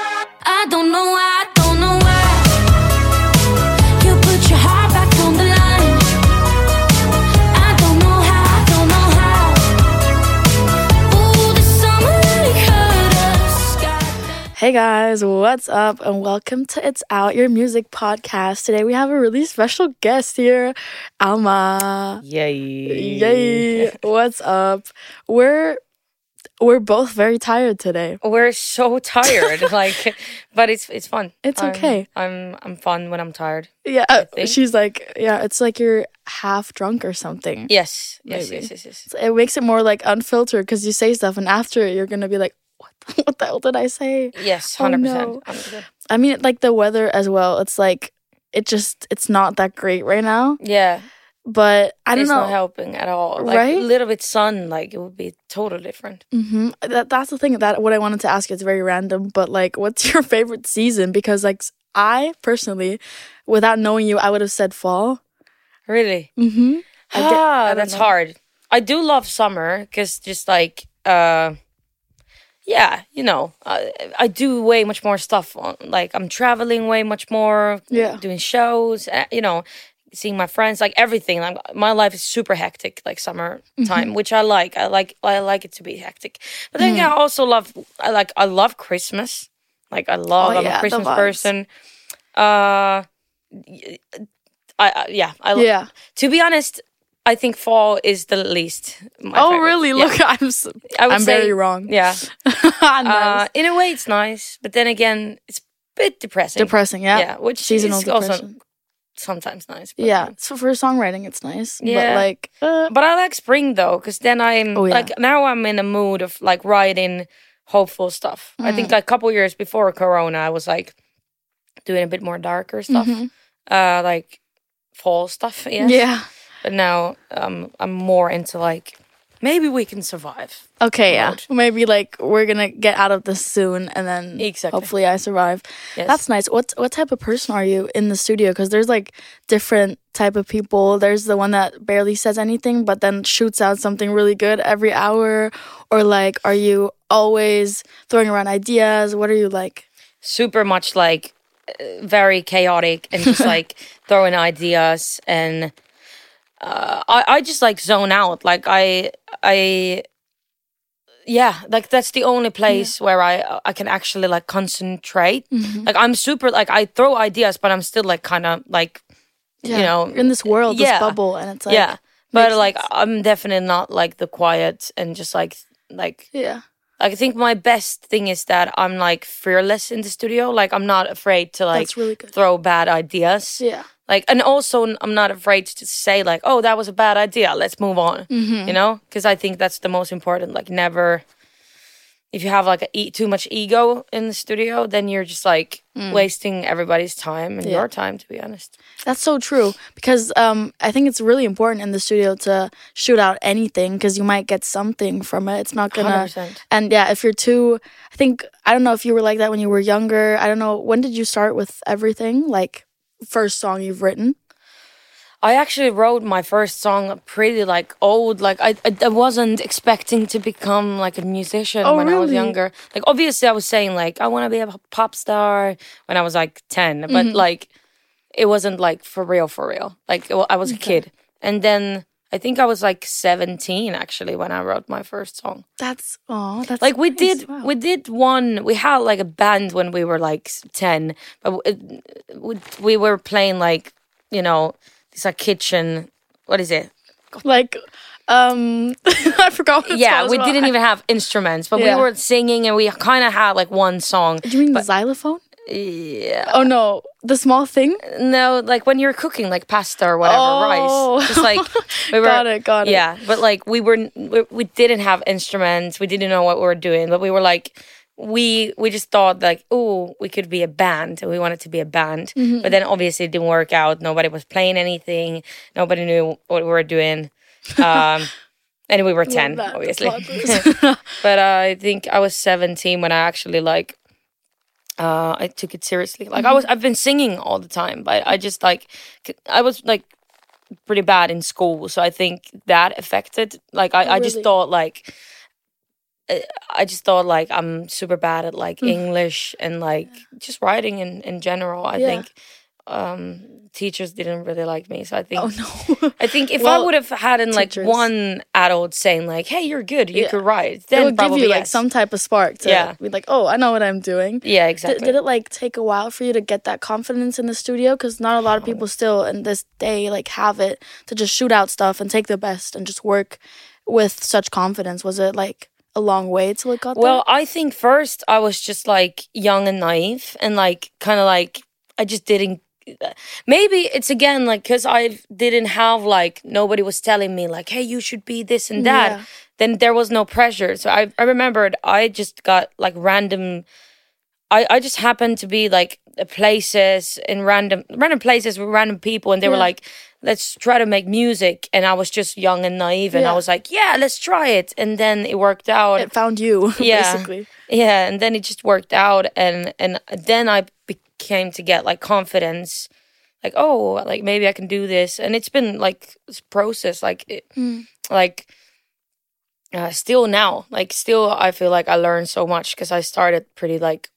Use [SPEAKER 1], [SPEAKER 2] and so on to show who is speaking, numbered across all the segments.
[SPEAKER 1] I don't know why, I don't know why. You put your heart back on the line. I don't know how, I don't know how. Ooh, the summer really hurt us. Goddamn.
[SPEAKER 2] Hey guys, what's up? And welcome to It's Out, your music podcast. Today we have a really special guest here, Alma.
[SPEAKER 3] Yay.
[SPEAKER 2] Yay! What's up? We're we're both very tired today.
[SPEAKER 3] We're so tired. like but it's it's fun.
[SPEAKER 2] It's
[SPEAKER 3] I'm-
[SPEAKER 2] okay.
[SPEAKER 3] I'm I'm fun when I'm tired.
[SPEAKER 2] Yeah, uh,
[SPEAKER 3] think.
[SPEAKER 2] she's like, yeah, it's like you're half drunk or something.
[SPEAKER 3] Yes. Yes,
[SPEAKER 2] Maybe.
[SPEAKER 3] yes, yes, yes.
[SPEAKER 2] It makes it more like unfiltered because you say stuff, and after it, you're gonna be like, what the, what the hell did I say?
[SPEAKER 3] Yes,
[SPEAKER 2] Oh,
[SPEAKER 3] 100%.
[SPEAKER 2] no.
[SPEAKER 3] 100%.
[SPEAKER 2] I mean, like the weather as well. It's like it just it's not that great right now.
[SPEAKER 3] Yeah.
[SPEAKER 2] But I don't
[SPEAKER 3] it's
[SPEAKER 2] know.
[SPEAKER 3] not helping at all. Like
[SPEAKER 2] Right?
[SPEAKER 3] a little bit sun, like it would be totally different.
[SPEAKER 2] hmm That that's the thing that what I wanted to ask. you, It's very random, but like, what's your favorite season? Because like s- I personally, without knowing you, I would have said fall.
[SPEAKER 3] Really?
[SPEAKER 2] Mm-hmm. I get- I
[SPEAKER 3] ah,
[SPEAKER 2] don't
[SPEAKER 3] that's
[SPEAKER 2] know.
[SPEAKER 3] hard. I do love summer because just like, uh, yeah, you know, I, I do way much more stuff. On, like I'm traveling way much more.
[SPEAKER 2] Yeah.
[SPEAKER 3] doing shows. uh, You know, seeing my friends. Like everything. Like my life is super hectic. Like summer
[SPEAKER 2] Mm-hmm.
[SPEAKER 3] time, which I like. I like. I like it to be hectic. But then
[SPEAKER 2] Mm.
[SPEAKER 3] again, I also love. I like. I love Christmas. Like I love.
[SPEAKER 2] Oh,
[SPEAKER 3] I'm
[SPEAKER 2] yeah, the
[SPEAKER 3] a Christmas
[SPEAKER 2] vibes.
[SPEAKER 3] person. Uh, y- I, I yeah. I lo-
[SPEAKER 2] Yeah.
[SPEAKER 3] to be honest, I think fall is the least. my
[SPEAKER 2] oh,
[SPEAKER 3] favorite.
[SPEAKER 2] really?
[SPEAKER 3] Yeah.
[SPEAKER 2] Look, I'm s
[SPEAKER 3] I would
[SPEAKER 2] I'm
[SPEAKER 3] say-
[SPEAKER 2] very wrong.
[SPEAKER 3] Yeah. Uh,
[SPEAKER 2] Nice.
[SPEAKER 3] in a way, it's nice, but then again, it's a bit depressing.
[SPEAKER 2] depressing. Yeah.
[SPEAKER 3] yeah. which
[SPEAKER 2] Seasonal
[SPEAKER 3] is also
[SPEAKER 2] depression.
[SPEAKER 3] sometimes nice. But,
[SPEAKER 2] yeah. So for songwriting, it's nice. But
[SPEAKER 3] Yeah.
[SPEAKER 2] like, uh,
[SPEAKER 3] But I like spring though, because then I'm
[SPEAKER 2] Oh, yeah.
[SPEAKER 3] like now I'm in a mood of like writing hopeful stuff. I
[SPEAKER 2] Mm.
[SPEAKER 3] think like a couple years before Corona, I was like doing a bit more darker stuff, uh, like fall stuff. Yes.
[SPEAKER 2] Mm-hmm. yeah.
[SPEAKER 3] But now um, I'm more into like maybe we can survive.
[SPEAKER 2] Okay, yeah.
[SPEAKER 3] Mode.
[SPEAKER 2] Maybe like we're gonna get out of this soon, and then
[SPEAKER 3] Exactly.
[SPEAKER 2] hopefully I survive.
[SPEAKER 3] Yes.
[SPEAKER 2] That's nice. What what type of person are you in the studio? Because there's like different type of people. There's the one that barely says anything, but then shoots out something really good every hour. Or like, are you always throwing around ideas? What are you like?
[SPEAKER 3] super much like uh, very chaotic and just like throwing ideas and uh, I I just like zone out. Like I I yeah, like that's the only place where I I can actually like concentrate.
[SPEAKER 2] Mm-hmm.
[SPEAKER 3] Like I'm super like I throw ideas, but I'm still like kind of like you know
[SPEAKER 2] you're in this world,
[SPEAKER 3] yeah.
[SPEAKER 2] this bubble, and it's like,
[SPEAKER 3] yeah. But
[SPEAKER 2] makes
[SPEAKER 3] like
[SPEAKER 2] sense.
[SPEAKER 3] I'm definitely not like the quiet and just like like
[SPEAKER 2] yeah,
[SPEAKER 3] like I think my best thing is that I'm like fearless in the studio. Like I'm not afraid to like
[SPEAKER 2] That's really good.
[SPEAKER 3] throw bad ideas.
[SPEAKER 2] yeah.
[SPEAKER 3] Like and also n- I'm not afraid to say like, oh, that was a bad idea. Let's move on.
[SPEAKER 2] Mm-hmm.
[SPEAKER 3] You know, because I think that's the most important. Like never. If you have like a e- too much ego in the studio, then you're just like wasting everybody's time and
[SPEAKER 2] Yeah.
[SPEAKER 3] your time, to be honest.
[SPEAKER 2] That's so true because um, I think it's really important in the studio to shoot out anything because you might get something from it. It's not gonna.
[SPEAKER 3] 100%.
[SPEAKER 2] And yeah, if you're too, I think I don't know if you were like that when you were younger. I don't know when did you start with everything like first song you've written.
[SPEAKER 3] I actually wrote my first song pretty like old. Like I, I, I wasn't expecting to become like a musician
[SPEAKER 2] Oh,
[SPEAKER 3] when I was
[SPEAKER 2] really?
[SPEAKER 3] younger. Like obviously I was saying like I want to be a pop star when I was like ten, but
[SPEAKER 2] Mm-hmm.
[SPEAKER 3] like it wasn't like for real, for real. Like it, I was a kid, and then I think I was like seventeen actually when I wrote my first song.
[SPEAKER 2] That's oh, that's
[SPEAKER 3] Like we
[SPEAKER 2] nice.
[SPEAKER 3] did,
[SPEAKER 2] Wow.
[SPEAKER 3] we did one. We had like a band when we were like s- ten, but w- it, we, we were playing like you know these like kitchen. What is it?
[SPEAKER 2] like um, I forgot. What it's
[SPEAKER 3] yeah,
[SPEAKER 2] called
[SPEAKER 3] we
[SPEAKER 2] as well.
[SPEAKER 3] didn't even have instruments, but
[SPEAKER 2] Yeah.
[SPEAKER 3] we were singing and we kind of had like one song.
[SPEAKER 2] Do you mean the xylophone?
[SPEAKER 3] Yeah.
[SPEAKER 2] Oh no, the small thing.
[SPEAKER 3] No, like when you're cooking like pasta or whatever,
[SPEAKER 2] Oh.
[SPEAKER 3] rice. Just like we were.
[SPEAKER 2] Got it, got it.
[SPEAKER 3] Yeah, but like we were, we, we didn't have instruments. We didn't know what we were doing, but we were like. We we just thought like oh we could be a band and we wanted to be a band
[SPEAKER 2] Mm-hmm.
[SPEAKER 3] but then obviously it didn't work out nobody was playing anything nobody knew what we were doing um, and we were ten
[SPEAKER 2] That-
[SPEAKER 3] obviously
[SPEAKER 2] that's what-
[SPEAKER 3] but uh, I think I was 17 when I actually like uh, I took it seriously. Like I
[SPEAKER 2] Mm-hmm.
[SPEAKER 3] was, I've been singing all the time, but I just like c- I was like pretty bad in school, so I think that affected. Like I,
[SPEAKER 2] Oh,
[SPEAKER 3] I just
[SPEAKER 2] Really?
[SPEAKER 3] thought like uh, I just thought like I'm super bad at like
[SPEAKER 2] Mm.
[SPEAKER 3] English and like just writing in in general. I
[SPEAKER 2] Yeah.
[SPEAKER 3] think um teachers didn't really like me, so I think
[SPEAKER 2] Oh no.
[SPEAKER 3] I think if I
[SPEAKER 2] Well,
[SPEAKER 3] would have had in like
[SPEAKER 2] teachers-
[SPEAKER 3] one adult saying like, "Hey, you're good, you
[SPEAKER 2] Yeah.
[SPEAKER 3] could write,"
[SPEAKER 2] it
[SPEAKER 3] then
[SPEAKER 2] would give
[SPEAKER 3] probably
[SPEAKER 2] you like
[SPEAKER 3] yes.
[SPEAKER 2] some type of spark to
[SPEAKER 3] Yeah.
[SPEAKER 2] be like, oh, I know what I'm doing.
[SPEAKER 3] yeah
[SPEAKER 2] Did,
[SPEAKER 3] exactly.
[SPEAKER 2] did it like take a while for you to get that confidence in the studio? Because not a lot of people still in this day like have it to just shoot out stuff and take the best and just work with such confidence. Was it like a long way till it got
[SPEAKER 3] Well, I think first I was just like young and naive and like kind of like I just didn't. Maybe it's again like because I didn't have like nobody was telling me like, hey, you should be this and that.
[SPEAKER 2] Yeah.
[SPEAKER 3] Then there was no pressure. So I, I remembered I just got like random. I, I just happened to be like at places in random random places with random people and they were
[SPEAKER 2] Yeah.
[SPEAKER 3] like let's try to make music and I was just young and naive and I
[SPEAKER 2] Yeah.
[SPEAKER 3] was like yeah let's try it and then it worked out
[SPEAKER 2] there? It found you,
[SPEAKER 3] Yeah.
[SPEAKER 2] basically.
[SPEAKER 3] yeah and then it just worked out and and then i became to get like confidence like oh like maybe i can do this and it's been like this process like it,
[SPEAKER 2] Mm.
[SPEAKER 3] like uh, still now like still i feel like i learned so much because i started pretty like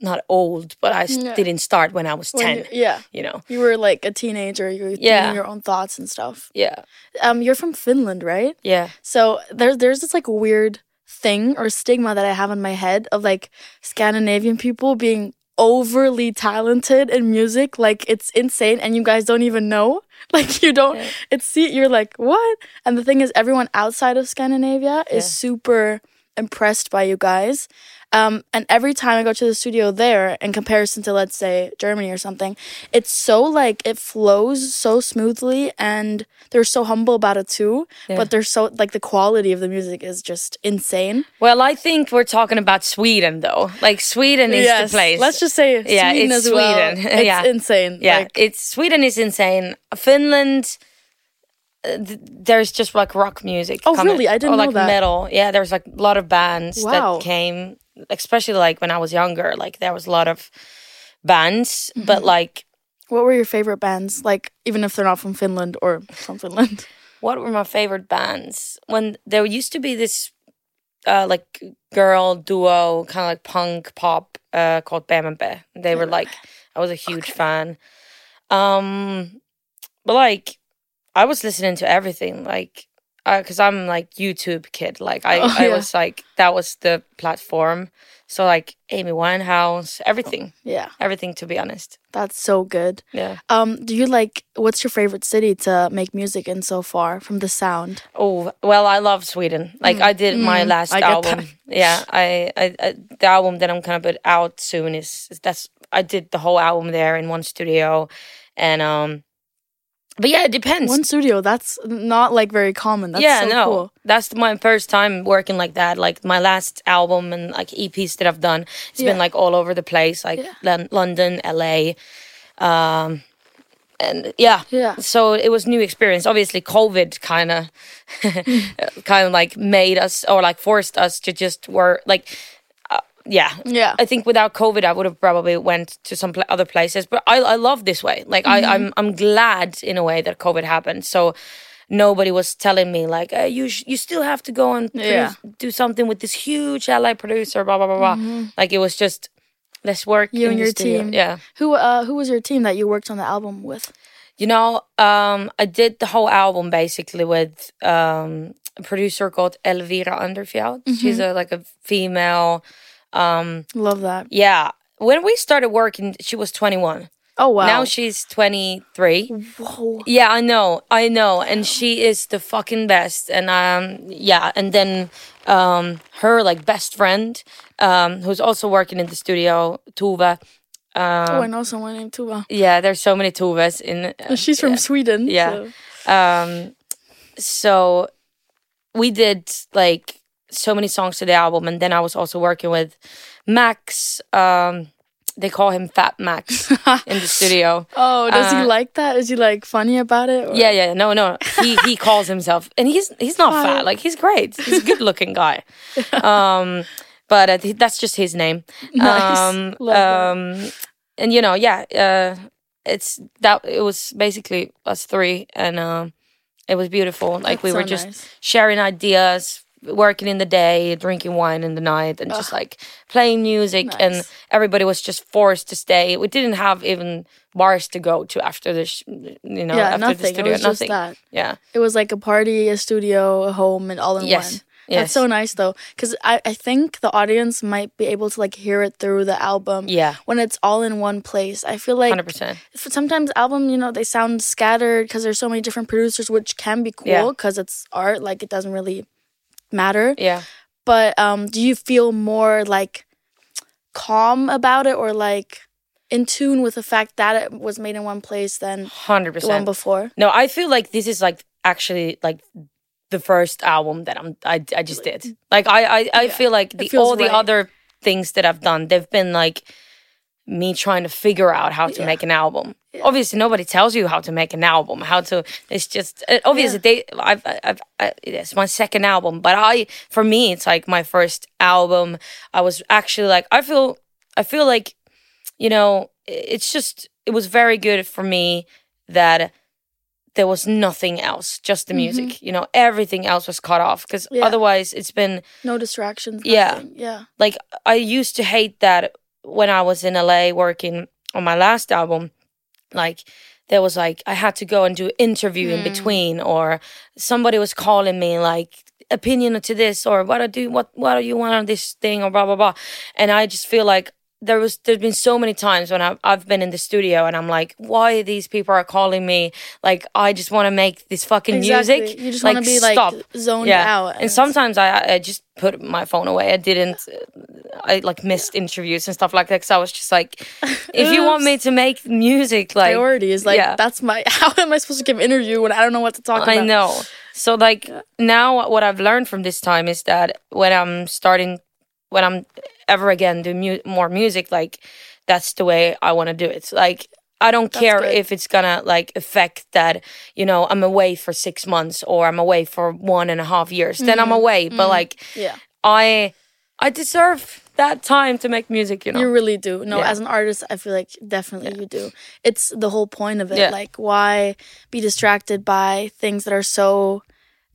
[SPEAKER 3] not old but i s-
[SPEAKER 2] Yeah.
[SPEAKER 3] didn't start when i was
[SPEAKER 2] When
[SPEAKER 3] 10
[SPEAKER 2] you- yeah.
[SPEAKER 3] you know
[SPEAKER 2] You were like a teenager, you were
[SPEAKER 3] Yeah.
[SPEAKER 2] thinking your own thoughts and stuff.
[SPEAKER 3] yeah
[SPEAKER 2] Um, you're from Finland, right?
[SPEAKER 3] yeah
[SPEAKER 2] So there's there's this like weird thing or stigma that I have in my head of like Scandinavian people being overly talented in music. Like it's insane and you guys don't even know. Like you don't
[SPEAKER 3] Yeah.
[SPEAKER 2] it's see you're like, what? And the thing is everyone outside of Scandinavia is
[SPEAKER 3] Yeah.
[SPEAKER 2] super impressed by you guys. Um, and every time I go to the studio there, in comparison to let's say Germany or something, it's so like it flows so smoothly, and they're so humble about it too.
[SPEAKER 3] Yeah.
[SPEAKER 2] But they're so like the quality of the music is just insane.
[SPEAKER 3] well i think we're talking about sweden though like sweden is
[SPEAKER 2] Yes,
[SPEAKER 3] the place
[SPEAKER 2] let's just say
[SPEAKER 3] Yeah,
[SPEAKER 2] Sweden
[SPEAKER 3] it's
[SPEAKER 2] as well.
[SPEAKER 3] Sweden.
[SPEAKER 2] It's
[SPEAKER 3] Yeah.
[SPEAKER 2] insane.
[SPEAKER 3] Yeah,
[SPEAKER 2] like,
[SPEAKER 3] it's Sweden is insane. Finland, uh, th- there's just like rock music.
[SPEAKER 2] Oh,
[SPEAKER 3] coming-
[SPEAKER 2] really? I didn't
[SPEAKER 3] or,
[SPEAKER 2] know
[SPEAKER 3] like
[SPEAKER 2] that.
[SPEAKER 3] metal. Yeah, there's like a lot of bands
[SPEAKER 2] Wow.
[SPEAKER 3] that came, especially like when I was younger. Like there was a lot of bands, but
[SPEAKER 2] Mm-hmm.
[SPEAKER 3] like
[SPEAKER 2] what were your favorite bands? Like even if they're not from Finland or from Finland.
[SPEAKER 3] what were my favorite bands? When there used to be this uh, like girl duo, kind of like punk pop, uh, called BMB. They were like, I was a huge fan. Um, but like, I was listening to everything, like, because I'm like YouTube kid. Like, I,
[SPEAKER 2] Oh,
[SPEAKER 3] I
[SPEAKER 2] yeah.
[SPEAKER 3] was like, that was the platform. So like, Amy Winehouse, everything,
[SPEAKER 2] yeah,
[SPEAKER 3] everything. To be honest,
[SPEAKER 2] that's so good.
[SPEAKER 3] yeah.
[SPEAKER 2] Um, do you like what's your favorite city to make music in so far from the sound?
[SPEAKER 3] Oh well, I love Sweden. Like I did my
[SPEAKER 2] Mm,
[SPEAKER 3] last
[SPEAKER 2] I get that.
[SPEAKER 3] album. Yeah, I, I, I the album that I'm gonna put out soon is, is that's I did the whole album there in one studio, and um, but yeah, it depends.
[SPEAKER 2] One studio, that's not like very common. That's
[SPEAKER 3] yeah,
[SPEAKER 2] so
[SPEAKER 3] no,
[SPEAKER 2] cool.
[SPEAKER 3] that's my first time working like that. Like my last album and like EPs that I've done, it's been
[SPEAKER 2] Yeah.
[SPEAKER 3] like all over the place, like
[SPEAKER 2] Yeah.
[SPEAKER 3] Lon- London, LA, um, and yeah,
[SPEAKER 2] Yeah.
[SPEAKER 3] so it was new experience obviously covid kind of kind of like made us or like forced us to just work like uh, yeah
[SPEAKER 2] Yeah.
[SPEAKER 3] i think without covid i would have probably went to some pla other places but i i love this way like
[SPEAKER 2] Mm-hmm.
[SPEAKER 3] i i'm i'm glad in a way that covid happened so nobody was telling me like uh, you sh- you still have to go and
[SPEAKER 2] Yeah.
[SPEAKER 3] produce- do something with this huge la producer blah blah blah blah like it was just let's work
[SPEAKER 2] Mm-hmm. You
[SPEAKER 3] in
[SPEAKER 2] and
[SPEAKER 3] the
[SPEAKER 2] your
[SPEAKER 3] studio.
[SPEAKER 2] team.
[SPEAKER 3] yeah
[SPEAKER 2] Who uh who was your team that you worked on the album with?
[SPEAKER 3] You know, um, I did the whole album basically with um, a producer called Elvira Underfjeld.
[SPEAKER 2] Mm-hmm.
[SPEAKER 3] She's a, like a female.
[SPEAKER 2] Love that.
[SPEAKER 3] Yeah. When we started working, she was 21.
[SPEAKER 2] Oh wow.
[SPEAKER 3] Now she's 23.
[SPEAKER 2] Whoa.
[SPEAKER 3] Yeah, I know, I know, and she is the fucking best. And um, yeah, and then um, her like best friend, um, who's also working in the studio, Tuva.
[SPEAKER 2] oh, I know someone named Tuva.
[SPEAKER 3] Um, Yeah, there's so many Tuvas in.
[SPEAKER 2] She's from Sweden.
[SPEAKER 3] Yeah.
[SPEAKER 2] so-
[SPEAKER 3] um so we did like so many songs to the album and then i was also working with max um they call him fat max in the studio
[SPEAKER 2] Oh, does he
[SPEAKER 3] Uh,
[SPEAKER 2] like that? Is he like funny about it? or-
[SPEAKER 3] yeah yeah no no he he calls himself and he's he's not fat like he's great he's a good looking guy um but uh, th- that's just his name
[SPEAKER 2] Nice.
[SPEAKER 3] um
[SPEAKER 2] Love that.
[SPEAKER 3] um and you know yeah uh it's that it was basically us three and um uh, it was beautiful like
[SPEAKER 2] That's
[SPEAKER 3] we
[SPEAKER 2] so
[SPEAKER 3] were just
[SPEAKER 2] nice.
[SPEAKER 3] sharing ideas working in the day, drinking wine in the night, and just like playing music. And
[SPEAKER 2] Nice.
[SPEAKER 3] everybody was just forced to stay. We didn't have even bars to go to after the, sh- you know,
[SPEAKER 2] yeah,
[SPEAKER 3] after the
[SPEAKER 2] nothing.
[SPEAKER 3] studio.
[SPEAKER 2] it was
[SPEAKER 3] nothing.
[SPEAKER 2] just that.
[SPEAKER 3] Yeah.
[SPEAKER 2] It was like a party, a studio, a home, and all in
[SPEAKER 3] Yes.
[SPEAKER 2] one.
[SPEAKER 3] Yes.
[SPEAKER 2] That's so nice though, because I, I think the audience might be able to like hear it through the album.
[SPEAKER 3] Yeah.
[SPEAKER 2] When it's all in one place, I feel like
[SPEAKER 3] Hundred percent.
[SPEAKER 2] f- sometimes album you know they sound scattered because there's so many different producers, which can be
[SPEAKER 3] Yeah.
[SPEAKER 2] cool because it's art. Like it doesn't really matter.
[SPEAKER 3] Yeah.
[SPEAKER 2] But um, do you feel more like calm about it or like in tune with the fact that it was made in one place than
[SPEAKER 3] Hundred
[SPEAKER 2] the one
[SPEAKER 3] percent.
[SPEAKER 2] before?
[SPEAKER 3] No, I feel like this is like actually like the first album that I'm I, I just did. Like I I, I
[SPEAKER 2] Yeah.
[SPEAKER 3] feel like the,
[SPEAKER 2] feels
[SPEAKER 3] all the
[SPEAKER 2] right.
[SPEAKER 3] other things that I've done, they've been like me trying to figure out how to
[SPEAKER 2] Yeah.
[SPEAKER 3] make an album. Obviously, nobody tells you how to make an album. How to? It's just uh, obviously they. I've, I've, I, it's my second album, but I for me it's like my first album. I was actually like I feel I feel like you know, it's just it was very good for me that there was nothing else, just the music. You know, everything else was cut off because
[SPEAKER 2] Yeah.
[SPEAKER 3] otherwise it's been
[SPEAKER 2] No distractions.
[SPEAKER 3] Yeah.
[SPEAKER 2] nothing. Yeah.
[SPEAKER 3] like I used to hate that when I was in LA working on my last album. Like there was like I had to go and do interview
[SPEAKER 2] Hmm.
[SPEAKER 3] in between, or somebody was calling me like opinion to this or what I do what what do you want on this thing or blah blah blah, and I just feel like there was there's been so many times when I've, I've been in the studio and I'm like why these people are calling me like I just want to make this fucking
[SPEAKER 2] Exactly.
[SPEAKER 3] music
[SPEAKER 2] You just want to be like
[SPEAKER 3] stop
[SPEAKER 2] zoned out.
[SPEAKER 3] and sometimes I- I, I just put my phone away. I didn't, uh, I like missed interviews and stuff like that because I was just like, if you want me to make music, like
[SPEAKER 2] priorities. Like
[SPEAKER 3] yeah.
[SPEAKER 2] that's my. How am I supposed to give an interview when I don't know what to talk about?
[SPEAKER 3] I know. So like now, what I've learned from this time is that when I'm starting, when I'm ever again do mu- more music, like that's the way I want to do it. Like I don't care
[SPEAKER 2] good.
[SPEAKER 3] if it's gonna like affect that. You know, I'm away for six months or I'm away for one and a half years. Then
[SPEAKER 2] Mm-hmm.
[SPEAKER 3] I'm away, but like
[SPEAKER 2] Yeah.
[SPEAKER 3] I I deserve that time to make music, you know.
[SPEAKER 2] You really do. No,
[SPEAKER 3] Yeah.
[SPEAKER 2] as an artist, I feel like definitely you do. It's the whole point of it.
[SPEAKER 3] Yeah.
[SPEAKER 2] Like, why be distracted by things that are so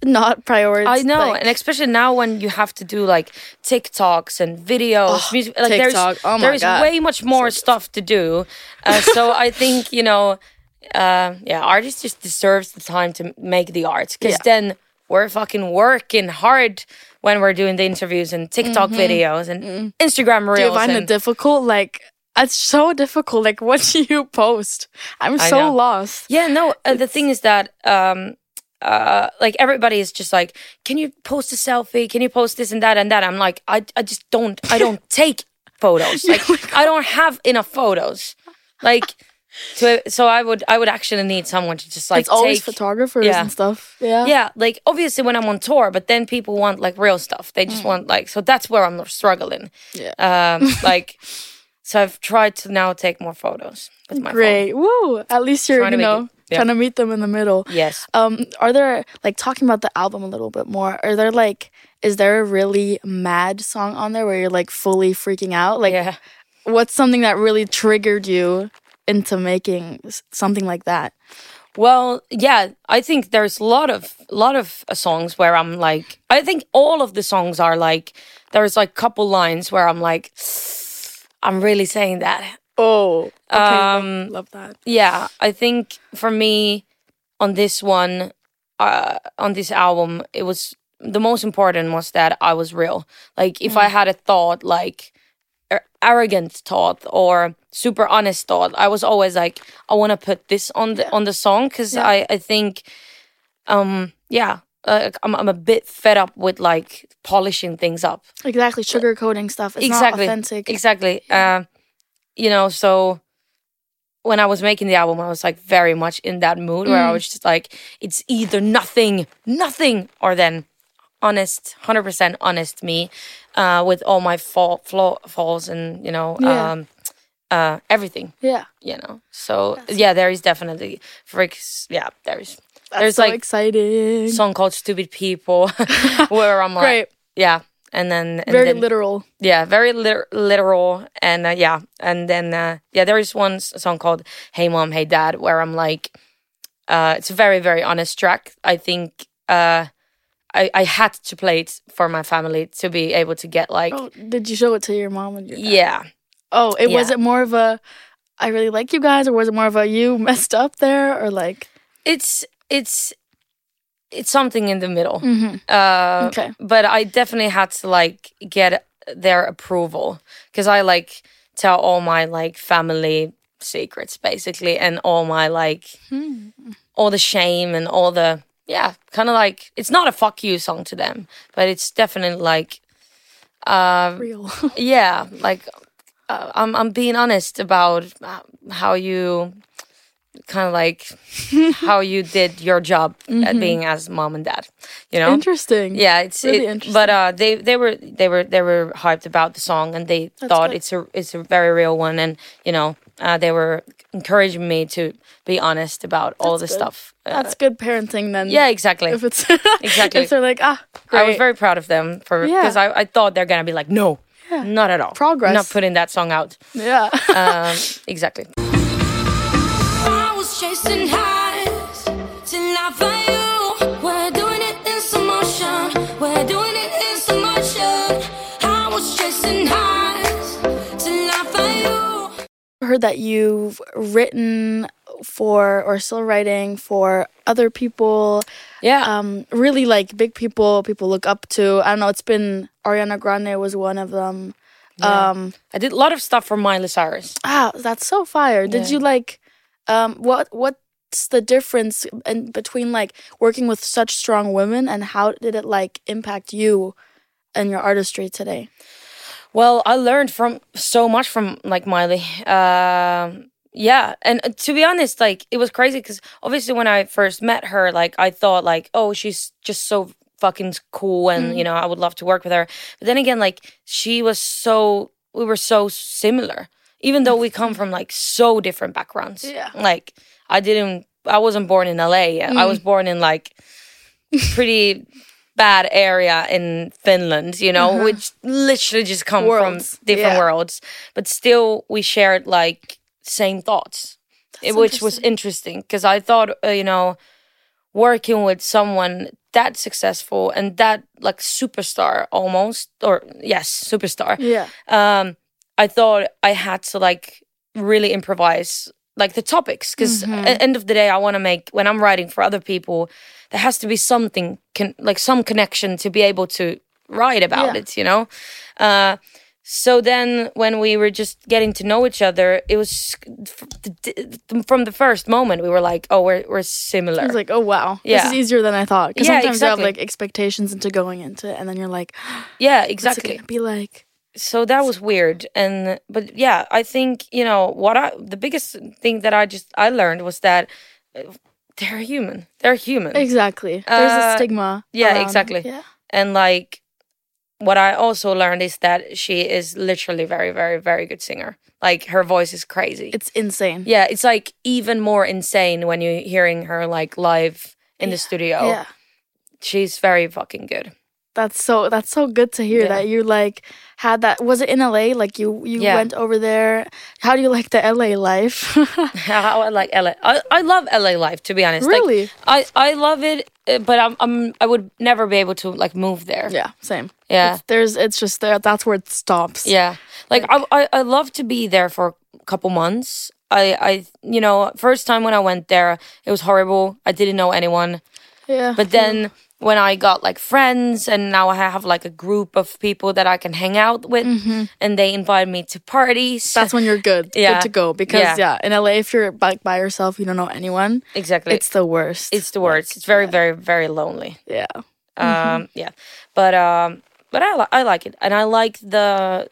[SPEAKER 2] not priorities?
[SPEAKER 3] I know,
[SPEAKER 2] like-
[SPEAKER 3] and especially now when you have to do like TikToks and videos, music, like
[SPEAKER 2] TikTok.
[SPEAKER 3] there's
[SPEAKER 2] Oh my
[SPEAKER 3] there is
[SPEAKER 2] God.
[SPEAKER 3] way much more stuff to do. Uh, so I think you know, uh, yeah, artists just deserves the time to make the art because
[SPEAKER 2] Yeah.
[SPEAKER 3] then we're fucking working hard when we're doing the interviews and TikTok
[SPEAKER 2] Mm-hmm.
[SPEAKER 3] videos and Instagram reels.
[SPEAKER 2] do you find
[SPEAKER 3] and,
[SPEAKER 2] it difficult? Like, it's so difficult. Like, what do you post? I'm so
[SPEAKER 3] know.
[SPEAKER 2] lost.
[SPEAKER 3] Yeah, no. Uh, the thing is that, um, uh, like everybody is just like, can you post a selfie? Can you post this and that and that? I'm like, I, I just don't, I don't take photos. Like,
[SPEAKER 2] oh
[SPEAKER 3] I don't have enough photos. Like, to, so I would, I would actually need someone to just like
[SPEAKER 2] it's always
[SPEAKER 3] take.
[SPEAKER 2] photographers
[SPEAKER 3] yeah.
[SPEAKER 2] and stuff. Yeah.
[SPEAKER 3] Yeah, like obviously when I'm on tour, but then people want like real stuff. They just want like, so that's where I'm struggling.
[SPEAKER 2] Mm. Yeah.
[SPEAKER 3] Um, like, so I've tried to now take more photos with my phone.
[SPEAKER 2] Great. Woo. At least you're,
[SPEAKER 3] Trying
[SPEAKER 2] you
[SPEAKER 3] to make
[SPEAKER 2] know,
[SPEAKER 3] it- yeah.
[SPEAKER 2] trying to meet them in the middle.
[SPEAKER 3] Yes.
[SPEAKER 2] Um, are there like talking about the album a little bit more? Are there like is there a really mad song on there where you're like fully freaking out? Like
[SPEAKER 3] Yeah.
[SPEAKER 2] what's something that really triggered you into making s- something like that?
[SPEAKER 3] Well, yeah, I think there's a lot of lot of uh, songs where I'm like, I think all of the songs are like, there's like couple lines where I'm like, I'm really saying that.
[SPEAKER 2] Oh, okay, love-
[SPEAKER 3] Um,
[SPEAKER 2] love that.
[SPEAKER 3] Yeah, I think for me on this one, uh, on this album, it was the most important was that I was real. Like if I had a thought, like ar- arrogant thought or super honest thought, I was always like, I want to put this on the on the song because I I think, um, yeah. Uh, I'm I'm a bit fed up with like polishing things up
[SPEAKER 2] Exactly, sugarcoating stuff. It's
[SPEAKER 3] exactly
[SPEAKER 2] not authentic.
[SPEAKER 3] exactly uh, you know so when i was making the album i was like very much in that mood where
[SPEAKER 2] Mm.
[SPEAKER 3] i was just like it's either nothing nothing or then honest 100% honest me uh, with all my fall, flaw, flaws and you know
[SPEAKER 2] Yeah.
[SPEAKER 3] um, uh, everything
[SPEAKER 2] yeah.
[SPEAKER 3] you know so yeah there is definitely freaks yeah there is
[SPEAKER 2] That's
[SPEAKER 3] there's
[SPEAKER 2] so
[SPEAKER 3] like
[SPEAKER 2] exciting.
[SPEAKER 3] a song called stupid people where i'm like
[SPEAKER 2] Great.
[SPEAKER 3] yeah and then and
[SPEAKER 2] Very
[SPEAKER 3] then,
[SPEAKER 2] literal.
[SPEAKER 3] yeah very lit- literal and uh, yeah and then uh, yeah there is one s- song called hey mom hey dad where i'm like uh, it's a very very honest track i think uh, I, I had to play it for my family to be able to get like
[SPEAKER 2] Oh, did you show it to your mom and your dad?
[SPEAKER 3] yeah
[SPEAKER 2] Oh, it was
[SPEAKER 3] Yeah.
[SPEAKER 2] it more of a I really like you guys, or was it more of a you messed up there, or like
[SPEAKER 3] it's it's it's something in the middle
[SPEAKER 2] Mhm.
[SPEAKER 3] uh,
[SPEAKER 2] Okay.
[SPEAKER 3] but I definitely had to like get their approval because I like tell all my like family secrets basically and all my like all the shame and all the yeah kind of like it's not a fuck you song to them but it's definitely like uh
[SPEAKER 2] real?
[SPEAKER 3] yeah like uh, i'm i'm being honest about uh, how you kind of like how you did your job at being as mom and dad you know
[SPEAKER 2] Interesting.
[SPEAKER 3] yeah it's
[SPEAKER 2] Really
[SPEAKER 3] it-
[SPEAKER 2] interesting.
[SPEAKER 3] but uh they they were they were they were hyped about the song and they thought
[SPEAKER 2] good.
[SPEAKER 3] it's a it's a very real one and you know uh, they were encouraging me to be honest about all the
[SPEAKER 2] That's good.
[SPEAKER 3] stuff uh,
[SPEAKER 2] that's good parenting then.
[SPEAKER 3] yeah exactly
[SPEAKER 2] if it's
[SPEAKER 3] Exactly.
[SPEAKER 2] if they're like ah,
[SPEAKER 3] I was
[SPEAKER 2] great.
[SPEAKER 3] very proud of them for
[SPEAKER 2] Yeah.
[SPEAKER 3] because I, I thought they're gonna be like no not at all
[SPEAKER 2] Progress.
[SPEAKER 3] not putting that song out
[SPEAKER 2] yeah.
[SPEAKER 3] um, exactly
[SPEAKER 1] I was chasing highs till I found you. We're doing it in slow motion. We're doing it in slow motion. I was chasing highs till I found you.
[SPEAKER 2] heard that you've written for or still writing for other people
[SPEAKER 3] yeah
[SPEAKER 2] um really like big people people look up to i don't know it's been ariana grande was one of them um
[SPEAKER 3] I did a lot of stuff for Miley Cyrus
[SPEAKER 2] ah that's so fire did
[SPEAKER 3] Yeah.
[SPEAKER 2] you like um what what's the difference in between like working with such strong women and how did it like impact you and your artistry today
[SPEAKER 3] well I learned from so much from like Miley Um yeah and uh, to be honest like it was crazy because obviously when I first met her like I thought like oh she's just so fucking cool and you know I would love to work with her but then again like she was so we were so similar even though we come from like so different backgrounds
[SPEAKER 2] Yeah.
[SPEAKER 3] like I didn't I wasn't born in LA I was born in like pretty bad area in Finland, you know, which literally just come
[SPEAKER 2] Uh-huh. Worlds,
[SPEAKER 3] from different
[SPEAKER 2] yeah.
[SPEAKER 3] worlds, but still we shared like same thoughts, eh, which was interesting because I thought, uh, you know, working with someone that successful and that like superstar almost or yes, superstar
[SPEAKER 2] yeah
[SPEAKER 3] um, I thought I had to like really improvise like the topics because at
[SPEAKER 2] Mm-hmm.
[SPEAKER 3] the end of the day, I want to make when I'm writing for other people, there has to be something con- like some connection to be able to write about
[SPEAKER 2] Yeah.
[SPEAKER 3] it, you know. Uh, so then when we were just getting to know each other, it was f- the- the- from the first moment we were like, oh, we're we're similar.
[SPEAKER 2] I was like, oh wow,
[SPEAKER 3] Yeah.
[SPEAKER 2] this is easier than I thought. Because
[SPEAKER 3] Yeah,
[SPEAKER 2] sometimes you
[SPEAKER 3] exactly.
[SPEAKER 2] have like expectations into going into it, and then you're like, "Oh,
[SPEAKER 3] yeah,
[SPEAKER 2] what's
[SPEAKER 3] exactly.
[SPEAKER 2] it gonna be like?
[SPEAKER 3] so that was weird and but yeah i think you know what i the biggest thing that i just i learned was that uh, they're human they're human
[SPEAKER 2] Exactly. There's a
[SPEAKER 3] Uh,
[SPEAKER 2] stigma.
[SPEAKER 3] yeah,
[SPEAKER 2] around-
[SPEAKER 3] exactly.
[SPEAKER 2] Yeah.
[SPEAKER 3] and like what i also learned is that she is literally very very very good singer like her voice is crazy
[SPEAKER 2] It's insane.
[SPEAKER 3] yeah it's like even more insane when you're hearing her like live in the studio
[SPEAKER 2] Yeah.
[SPEAKER 3] she's very fucking good
[SPEAKER 2] That's so that's so good to hear
[SPEAKER 3] Yeah.
[SPEAKER 2] that you like had that was it in LA? Like you you
[SPEAKER 3] Yeah.
[SPEAKER 2] went over there. How do you like the LA life?
[SPEAKER 3] How I like LA. I, I love LA life to be honest. Like,
[SPEAKER 2] Really?
[SPEAKER 3] I, I love it, uh, but I'm, I'm I would never be able to like move there.
[SPEAKER 2] yeah, same.
[SPEAKER 3] Yeah.
[SPEAKER 2] It's- there's it's just there that's where it stops.
[SPEAKER 3] Yeah. Like, I, I I love to be there for a couple months. I I you know, first time when I went there, it was horrible. I didn't know anyone.
[SPEAKER 2] Yeah.
[SPEAKER 3] But then when I got like friends and now I have like a group of people that I can hang out with and they invite me to parties.
[SPEAKER 2] Mm-hmm. that's when you're good.
[SPEAKER 3] Yeah.
[SPEAKER 2] Good to go. Because
[SPEAKER 3] Yeah.
[SPEAKER 2] yeah. in LA if you're like by yourself, you don't know anyone.
[SPEAKER 3] exactly.
[SPEAKER 2] It's
[SPEAKER 3] It's
[SPEAKER 2] the worst.
[SPEAKER 3] it's the worst. It's very very very lonely.
[SPEAKER 2] yeah.
[SPEAKER 3] Um, yeah, but um, but I li- I like it, and I like the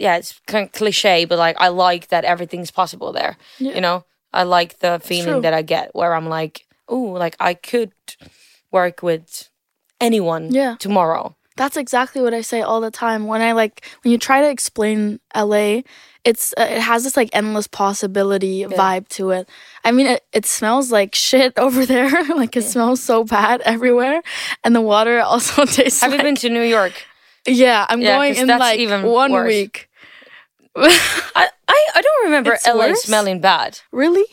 [SPEAKER 3] yeah, it's kind of cliche, but like I like that everything's possible there. You know, I like the
[SPEAKER 2] true.
[SPEAKER 3] feeling that I get where I'm like, oh, like I could work with anyone
[SPEAKER 2] Yeah.
[SPEAKER 3] tomorrow.
[SPEAKER 2] That's exactly what I say all the time. When I like when you try to explain LA, it's uh, it has this like endless possibility vibe to it. I mean, it, it smells like shit over there. like it smells so bad everywhere, and the water also tastes.
[SPEAKER 3] Have you
[SPEAKER 2] like,
[SPEAKER 3] been to New York?
[SPEAKER 2] yeah, I'm
[SPEAKER 3] Yeah,
[SPEAKER 2] going
[SPEAKER 3] 'cause
[SPEAKER 2] in
[SPEAKER 3] that's
[SPEAKER 2] like
[SPEAKER 3] even
[SPEAKER 2] one
[SPEAKER 3] worse.
[SPEAKER 2] week.
[SPEAKER 3] I I, I don't remember
[SPEAKER 2] It's
[SPEAKER 3] LA
[SPEAKER 2] worse?
[SPEAKER 3] smelling bad.
[SPEAKER 2] Really?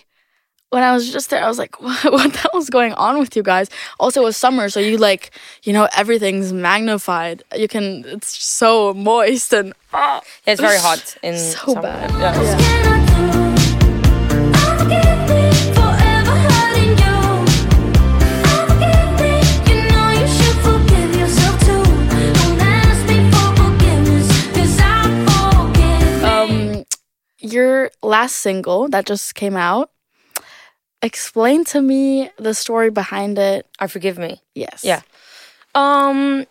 [SPEAKER 2] when I was just there, I was like, what, what the hell is going on with you guys? Also, it was summer, so you like, you know, everything's magnified. You can, it's so moist and ah.
[SPEAKER 3] It's very hot in
[SPEAKER 2] So
[SPEAKER 3] summer.
[SPEAKER 2] bad.
[SPEAKER 3] Yeah.
[SPEAKER 1] What can I do? I'll give it forever hurting you. I'll give it. You know you should forgive yourself too. Don't ask me for forgiveness, 'cause I forgive.
[SPEAKER 2] Um, your last single that just came out. Explain to me the story behind it.
[SPEAKER 3] I forgive me.
[SPEAKER 2] Yes.
[SPEAKER 3] Yeah. Um,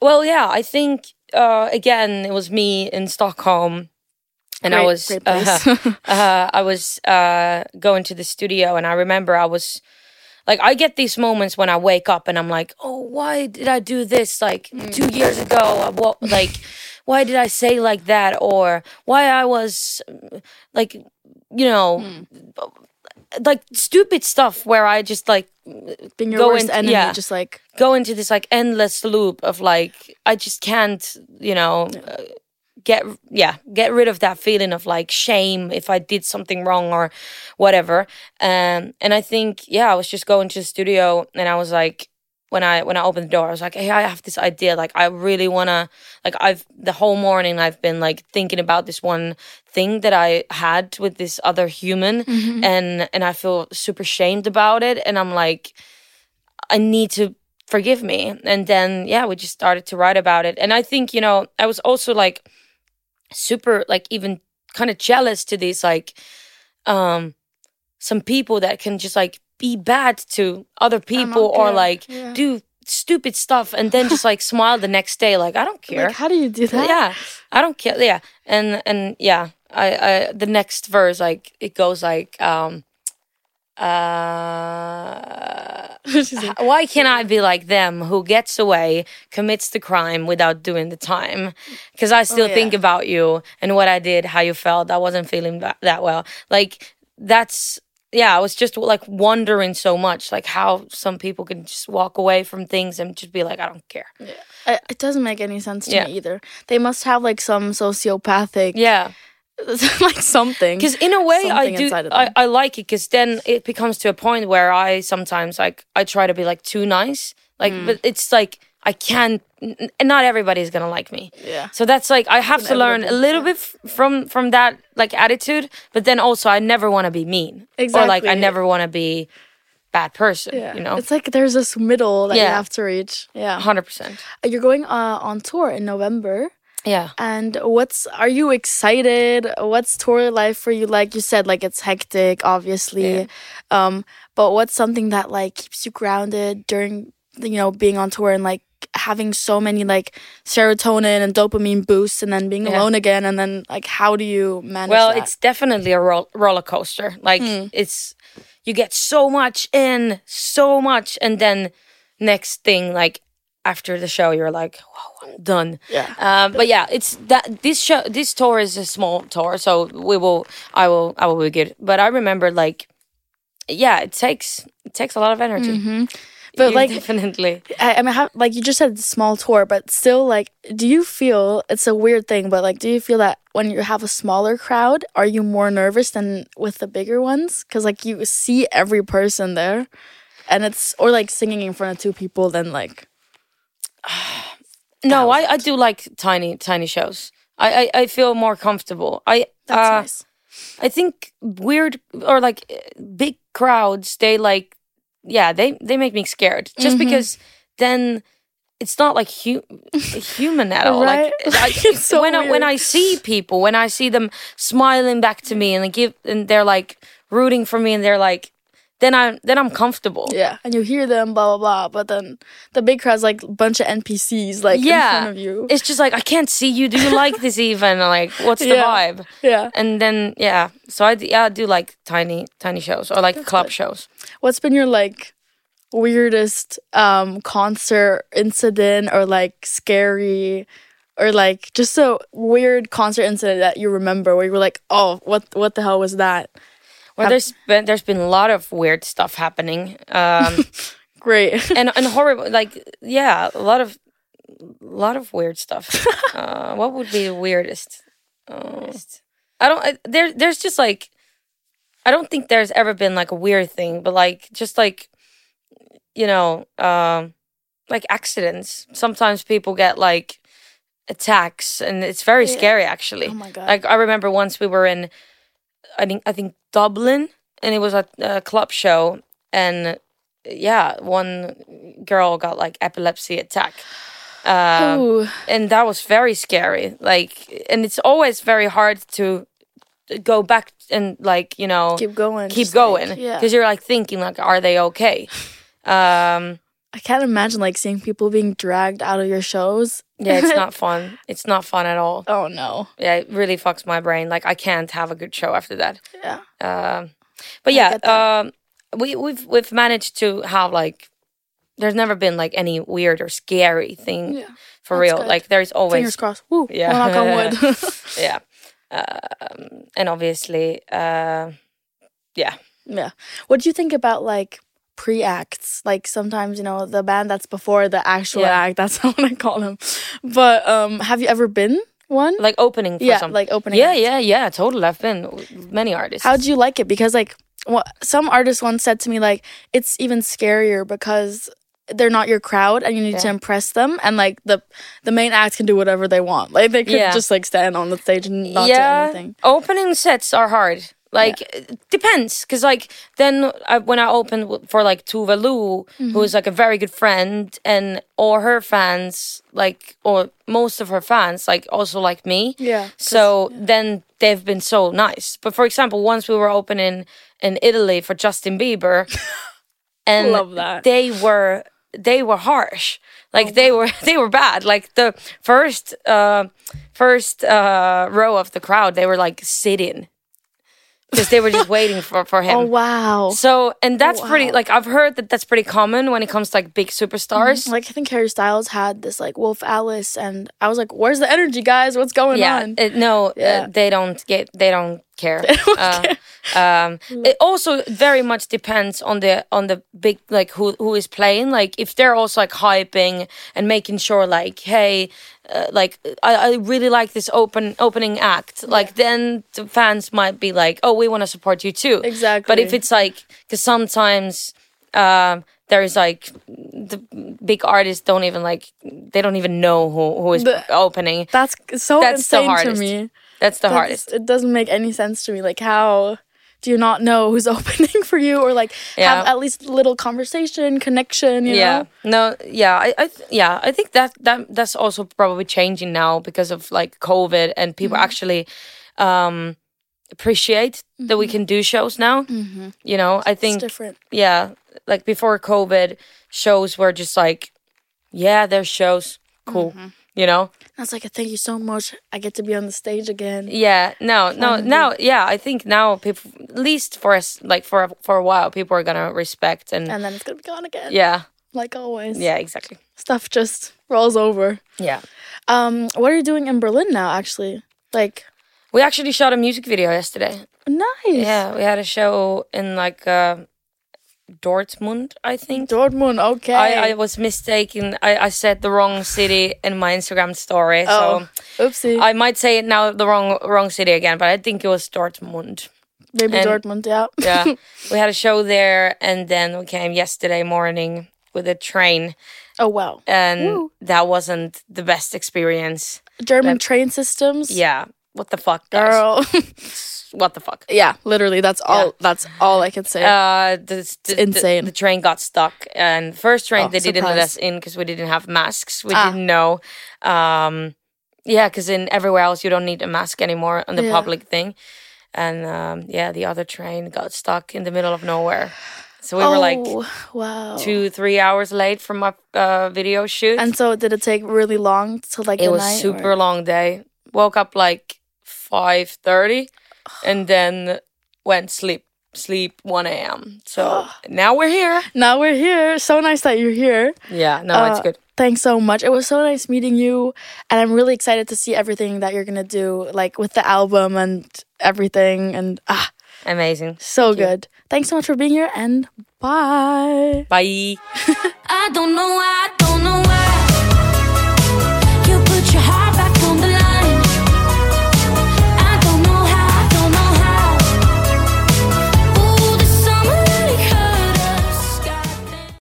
[SPEAKER 3] well, yeah, I think uh, again it was me in Stockholm, and I
[SPEAKER 2] Great-
[SPEAKER 3] was
[SPEAKER 2] great place.
[SPEAKER 3] uh, uh, I was uh, going to the studio, and I remember I was like, I get these moments when I wake up and I'm like, oh, why did I do this? Like
[SPEAKER 2] Mm.
[SPEAKER 3] two years ago, I wa- like, why did I say like that, or why I was like, you know.
[SPEAKER 2] Mm.
[SPEAKER 3] Like stupid stuff where I just like
[SPEAKER 2] Being your
[SPEAKER 3] Go
[SPEAKER 2] worst
[SPEAKER 3] in-
[SPEAKER 2] enemy,
[SPEAKER 3] yeah.
[SPEAKER 2] just like,
[SPEAKER 3] go into this like endless loop of like I just can't, you know, uh, get yeah, get rid of that feeling of like shame if I did something wrong or whatever. Um and I think yeah, I was just going to the studio and I was like when I when I opened the door, I was like, "Hey, I have this idea. Like, I really wanna like I've the whole morning I've been like thinking about this one thing that I had with this other human, and and I feel super shamed about it. And I'm like, I need to forgive me. And then, yeah, we just started to write about it. And I think, you know, I was also like super, like, even kind of jealous to these, like, um, some people that can just like be bad to other people or
[SPEAKER 2] care.
[SPEAKER 3] like
[SPEAKER 2] Yeah.
[SPEAKER 3] do stupid stuff and then just like smile the next day, like, I don't care.
[SPEAKER 2] like, how do you do that?
[SPEAKER 3] yeah, I don't care. Yeah. And, and yeah, I, I, the next verse, like, it goes like, um, uh,
[SPEAKER 2] She's like,
[SPEAKER 3] why can't I be like them who gets away, commits the crime without doing the time? Because I still
[SPEAKER 2] yeah.
[SPEAKER 3] think about you and what I did, how you felt. I wasn't feeling that, that well. Like, that's, yeah, I was just like wondering so much, like how some people can just walk away from things and just be like, I don't care.
[SPEAKER 2] I- it doesn't make any sense to
[SPEAKER 3] Yeah.
[SPEAKER 2] me either. They must have like some sociopathic,
[SPEAKER 3] Yeah.
[SPEAKER 2] like something.
[SPEAKER 3] because in a way i
[SPEAKER 2] something
[SPEAKER 3] do
[SPEAKER 2] inside of
[SPEAKER 3] I,
[SPEAKER 2] them.
[SPEAKER 3] I like it because then it becomes to a point where i sometimes like i try to be like too nice like
[SPEAKER 2] Hmm.
[SPEAKER 3] but it's like i can't n- n- not everybody's gonna like me
[SPEAKER 2] Yeah.
[SPEAKER 3] so that's like i have to learn a
[SPEAKER 2] inevitable,
[SPEAKER 3] little bit f- from from that like attitude but then also i never want to be mean or like i
[SPEAKER 2] Exactly.
[SPEAKER 3] never want to be bad person
[SPEAKER 2] Yeah.
[SPEAKER 3] you know
[SPEAKER 2] It's like there's this middle that you
[SPEAKER 3] Yeah.
[SPEAKER 2] have to reach. Yeah.
[SPEAKER 3] 100%
[SPEAKER 2] You're going uh, on tour in November.
[SPEAKER 3] yeah
[SPEAKER 2] And what's are you excited? What's tour life for you like? You said like it's hectic, obviously. Um, but what's something that like keeps you grounded during you know being on tour and like having so many like serotonin and dopamine boosts and then being
[SPEAKER 3] Yeah.
[SPEAKER 2] alone again and then like how do you manage
[SPEAKER 3] Well,
[SPEAKER 2] that? Hmm.
[SPEAKER 3] it's definitely a roll- roller coaster. Like it's you get so much in, so much, and then next thing, like after the show, you're like, "Wow, I'm done."
[SPEAKER 2] Yeah.
[SPEAKER 3] Um, but yeah, it's that this show, this tour is a small tour, so we will, I will, I will be good. But I remember, like, yeah, it takes it takes a lot of energy.
[SPEAKER 2] but
[SPEAKER 3] You
[SPEAKER 2] like
[SPEAKER 3] definitely,
[SPEAKER 2] I, I mean, how, like you just said, small tour, but still, like, do you feel it's a weird thing? But like, do you feel that when you have a smaller crowd, are you more nervous than with the bigger ones? Because like you see every person there, and it's or like singing in front of two people, then like
[SPEAKER 3] no, I, I do like tiny tiny shows. I, I, I feel more comfortable. I
[SPEAKER 2] that's
[SPEAKER 3] uh,
[SPEAKER 2] nice.
[SPEAKER 3] I think weird or like uh, big crowds, they like, yeah, they they make me scared just
[SPEAKER 2] Mm-hmm.
[SPEAKER 3] because then it's not like hu- human at all.
[SPEAKER 2] Right?
[SPEAKER 3] Like I,
[SPEAKER 2] It's so
[SPEAKER 3] when I when
[SPEAKER 2] weird.
[SPEAKER 3] I see people, when I see them smiling back to me and they give and they're like rooting for me and they're like, then I'm then I'm comfortable.
[SPEAKER 2] Yeah, and you hear them, blah blah blah. But then the big crowd's like a bunch of NPCs, like in front of you.
[SPEAKER 3] it's just like I can't see you. Do you like this even? Like, what's the
[SPEAKER 2] Yeah.
[SPEAKER 3] vibe?
[SPEAKER 2] yeah.
[SPEAKER 3] And then yeah, so I d- yeah I do like tiny tiny shows or like club shows.
[SPEAKER 2] What's been your like weirdest um concert incident or like scary or like just a weird concert incident that you remember where you were like, "Oh, what what the hell was that?"
[SPEAKER 3] Well, there's been there's been a lot of weird stuff happening, um,
[SPEAKER 2] Great.
[SPEAKER 3] and and horrible. Like yeah, a lot of lot of weird stuff. uh, what Oh, would be the weirdest? Uh, I don't. I, there there's just like I don't think there's ever been like a weird thing, but like just like you know, um like accidents. Sometimes people get like attacks and it's very
[SPEAKER 2] Yeah.
[SPEAKER 3] scary actually.
[SPEAKER 2] Oh my god.
[SPEAKER 3] Uh, Like I remember once we were in, I think I think Dublin, and it was a, a club show, and yeah, one girl got like epilepsy attack, um,
[SPEAKER 2] Ooh.
[SPEAKER 3] and that was very scary. Like, and it's always very hard to go back and like you know keep,
[SPEAKER 2] keep going. just like-
[SPEAKER 3] going because
[SPEAKER 2] yeah.
[SPEAKER 3] you're like thinking like, are they okay? Um,
[SPEAKER 2] I can't imagine like seeing people being dragged out of your shows.
[SPEAKER 3] yeah, it's not fun. It's not fun at all.
[SPEAKER 2] Oh no.
[SPEAKER 3] Yeah, it really fucks my brain. Like, I can't have a good show after that.
[SPEAKER 2] Yeah.
[SPEAKER 3] Um, but
[SPEAKER 2] I
[SPEAKER 3] yeah,
[SPEAKER 2] get that.
[SPEAKER 3] um, we we've we've managed to have like there's never been like any weird or scary thing
[SPEAKER 2] Yeah.
[SPEAKER 3] for
[SPEAKER 2] that's
[SPEAKER 3] real.
[SPEAKER 2] good.
[SPEAKER 3] Like there's
[SPEAKER 2] Fingers
[SPEAKER 3] always
[SPEAKER 2] crossed. Woo.
[SPEAKER 3] Yeah.
[SPEAKER 2] Knock on wood.
[SPEAKER 3] yeah, um, and obviously uh,
[SPEAKER 2] yeah. What do you think about like pre acts? Like sometimes you know the band that's before the actual
[SPEAKER 3] Yeah.
[SPEAKER 2] act. That's what I call them. But um, have you ever been one?
[SPEAKER 3] like opening for
[SPEAKER 2] yeah,
[SPEAKER 3] something.
[SPEAKER 2] like opening.
[SPEAKER 3] yeah,
[SPEAKER 2] act.
[SPEAKER 3] yeah, yeah. Totally, I've been with many artists.
[SPEAKER 2] How do you like it? Because like wha- some artist once said to me, like it's even scarier because they're not your crowd and you need to
[SPEAKER 3] Yeah.
[SPEAKER 2] impress them and like the the main act can do whatever they want like they could
[SPEAKER 3] Yeah.
[SPEAKER 2] just like stand on the stage and not do
[SPEAKER 3] yeah,
[SPEAKER 2] anything
[SPEAKER 3] opening sets are hard. Like it depends, because like then I, when I opened w- for like Tuva Lu,
[SPEAKER 2] Mm-hmm.
[SPEAKER 3] who is like a very good friend, and or her fans, like or most of her fans, like also like me.
[SPEAKER 2] Yeah, 'cause-
[SPEAKER 3] So then they've been so nice. But for example, once we were opening in Italy for Justin Bieber, and
[SPEAKER 2] Love that. Oh,
[SPEAKER 3] they were they were harsh like they were they were bad like the first uh first uh row of the crowd they were like sitting because they were just waiting for for him
[SPEAKER 2] oh wow Oh,
[SPEAKER 3] so and that's pretty
[SPEAKER 2] Wow.
[SPEAKER 3] like i've heard that that's pretty common when it comes to like big superstars
[SPEAKER 2] like I think Harry Styles had this like Wolf Alice and I was like where's the energy guys what's going
[SPEAKER 3] yeah
[SPEAKER 2] on
[SPEAKER 3] uh, no
[SPEAKER 2] Yeah.
[SPEAKER 3] uh, they don't get they don't care, Uh, um it also very much depends on the on the big like who who is playing like if they're also like hyping and making sure like hey uh, like I, I really like this open opening act like then the fans might be like oh we want to support you too but if
[SPEAKER 2] Exactly.
[SPEAKER 3] it's like because sometimes um there is like the big artists don't even like they don't even know who who is
[SPEAKER 2] The-
[SPEAKER 3] opening
[SPEAKER 2] that's so
[SPEAKER 3] That's the
[SPEAKER 2] insane to
[SPEAKER 3] hardest.
[SPEAKER 2] me
[SPEAKER 3] that's the
[SPEAKER 2] That
[SPEAKER 3] hardest
[SPEAKER 2] just- It doesn't make any sense to me. Like, how do you not know who's opening for you, or like have
[SPEAKER 3] Yeah.
[SPEAKER 2] at least little conversation, connection? You
[SPEAKER 3] yeah.
[SPEAKER 2] know?
[SPEAKER 3] No. Yeah. I. I th- yeah. I think that that that's also probably changing now because of like COVID and people
[SPEAKER 2] Mm-hmm.
[SPEAKER 3] actually um appreciate that we can do shows now. You know. I
[SPEAKER 2] Mm-hmm. it's
[SPEAKER 3] think.
[SPEAKER 2] different.
[SPEAKER 3] Yeah. Like before COVID, shows were just like, yeah, there's shows. Cool.
[SPEAKER 2] Mm-hmm.
[SPEAKER 3] You know.
[SPEAKER 2] I was like, thank you so much. I get to be on the stage again.
[SPEAKER 3] Yeah. No. No. Now. Yeah. I think now people, at least for us, like for a- for a while, people are gonna respect and.
[SPEAKER 2] And then it's gonna be gone again,
[SPEAKER 3] yeah.
[SPEAKER 2] like always.
[SPEAKER 3] Yeah. Exactly.
[SPEAKER 2] Stuff just rolls over.
[SPEAKER 3] Yeah.
[SPEAKER 2] Um, what are you doing in Berlin now? Actually, like,
[SPEAKER 3] We actually shot a music video yesterday.
[SPEAKER 2] nice.
[SPEAKER 3] Yeah, we had a show in like uh, Dortmund, I think.
[SPEAKER 2] Dortmund. Okay.
[SPEAKER 3] I, I was mistaken. I, I said the wrong city in my Instagram story,
[SPEAKER 2] oh, oopsie.
[SPEAKER 3] so I might say it now the wrong wrong city again. But I think it was Dortmund.
[SPEAKER 2] Maybe
[SPEAKER 3] and-
[SPEAKER 2] Dortmund. Yeah.
[SPEAKER 3] Yeah, we had a show there, and then we came yesterday morning with a train,
[SPEAKER 2] oh wow.
[SPEAKER 3] and
[SPEAKER 2] Woo.
[SPEAKER 3] that wasn't the best experience.
[SPEAKER 2] German train systems.
[SPEAKER 3] Yeah, what the fuck, guys?
[SPEAKER 2] Girl.
[SPEAKER 3] What the fuck?
[SPEAKER 2] Yeah, literally. That's all. That's all I can say.
[SPEAKER 3] Uh, the, the, the-
[SPEAKER 2] insane.
[SPEAKER 3] The, train got stuck, and first train
[SPEAKER 2] Oh,
[SPEAKER 3] they didn't let
[SPEAKER 2] surprise.
[SPEAKER 3] us in because we didn't have masks. We
[SPEAKER 2] Ah.
[SPEAKER 3] didn't know. Um, yeah, because in everywhere else you don't need a mask anymore on the
[SPEAKER 2] Yeah.
[SPEAKER 3] public thing, and um, yeah, the other train got stuck in the middle of nowhere. So we were
[SPEAKER 2] Oh.
[SPEAKER 3] like
[SPEAKER 2] wow.
[SPEAKER 3] two, three hours late from our uh, video shoot.
[SPEAKER 2] and so did it take really long till like
[SPEAKER 3] it
[SPEAKER 2] the
[SPEAKER 3] was
[SPEAKER 2] night,
[SPEAKER 3] super
[SPEAKER 2] or-
[SPEAKER 3] long day. Woke up like five thirty, and then went sleep sleep one a.m. So now we're here.
[SPEAKER 2] Now we're here. So nice that you're here.
[SPEAKER 3] Yeah, no, it's
[SPEAKER 2] Uh,
[SPEAKER 3] good.
[SPEAKER 2] Thanks so much. It was so nice meeting you, and I'm really excited to see everything that you're gonna do, like with the album and everything. And ah,
[SPEAKER 3] Amazing.
[SPEAKER 2] so good. Thanks so much for being here, and bye.
[SPEAKER 3] Bye.
[SPEAKER 1] I don't know why, I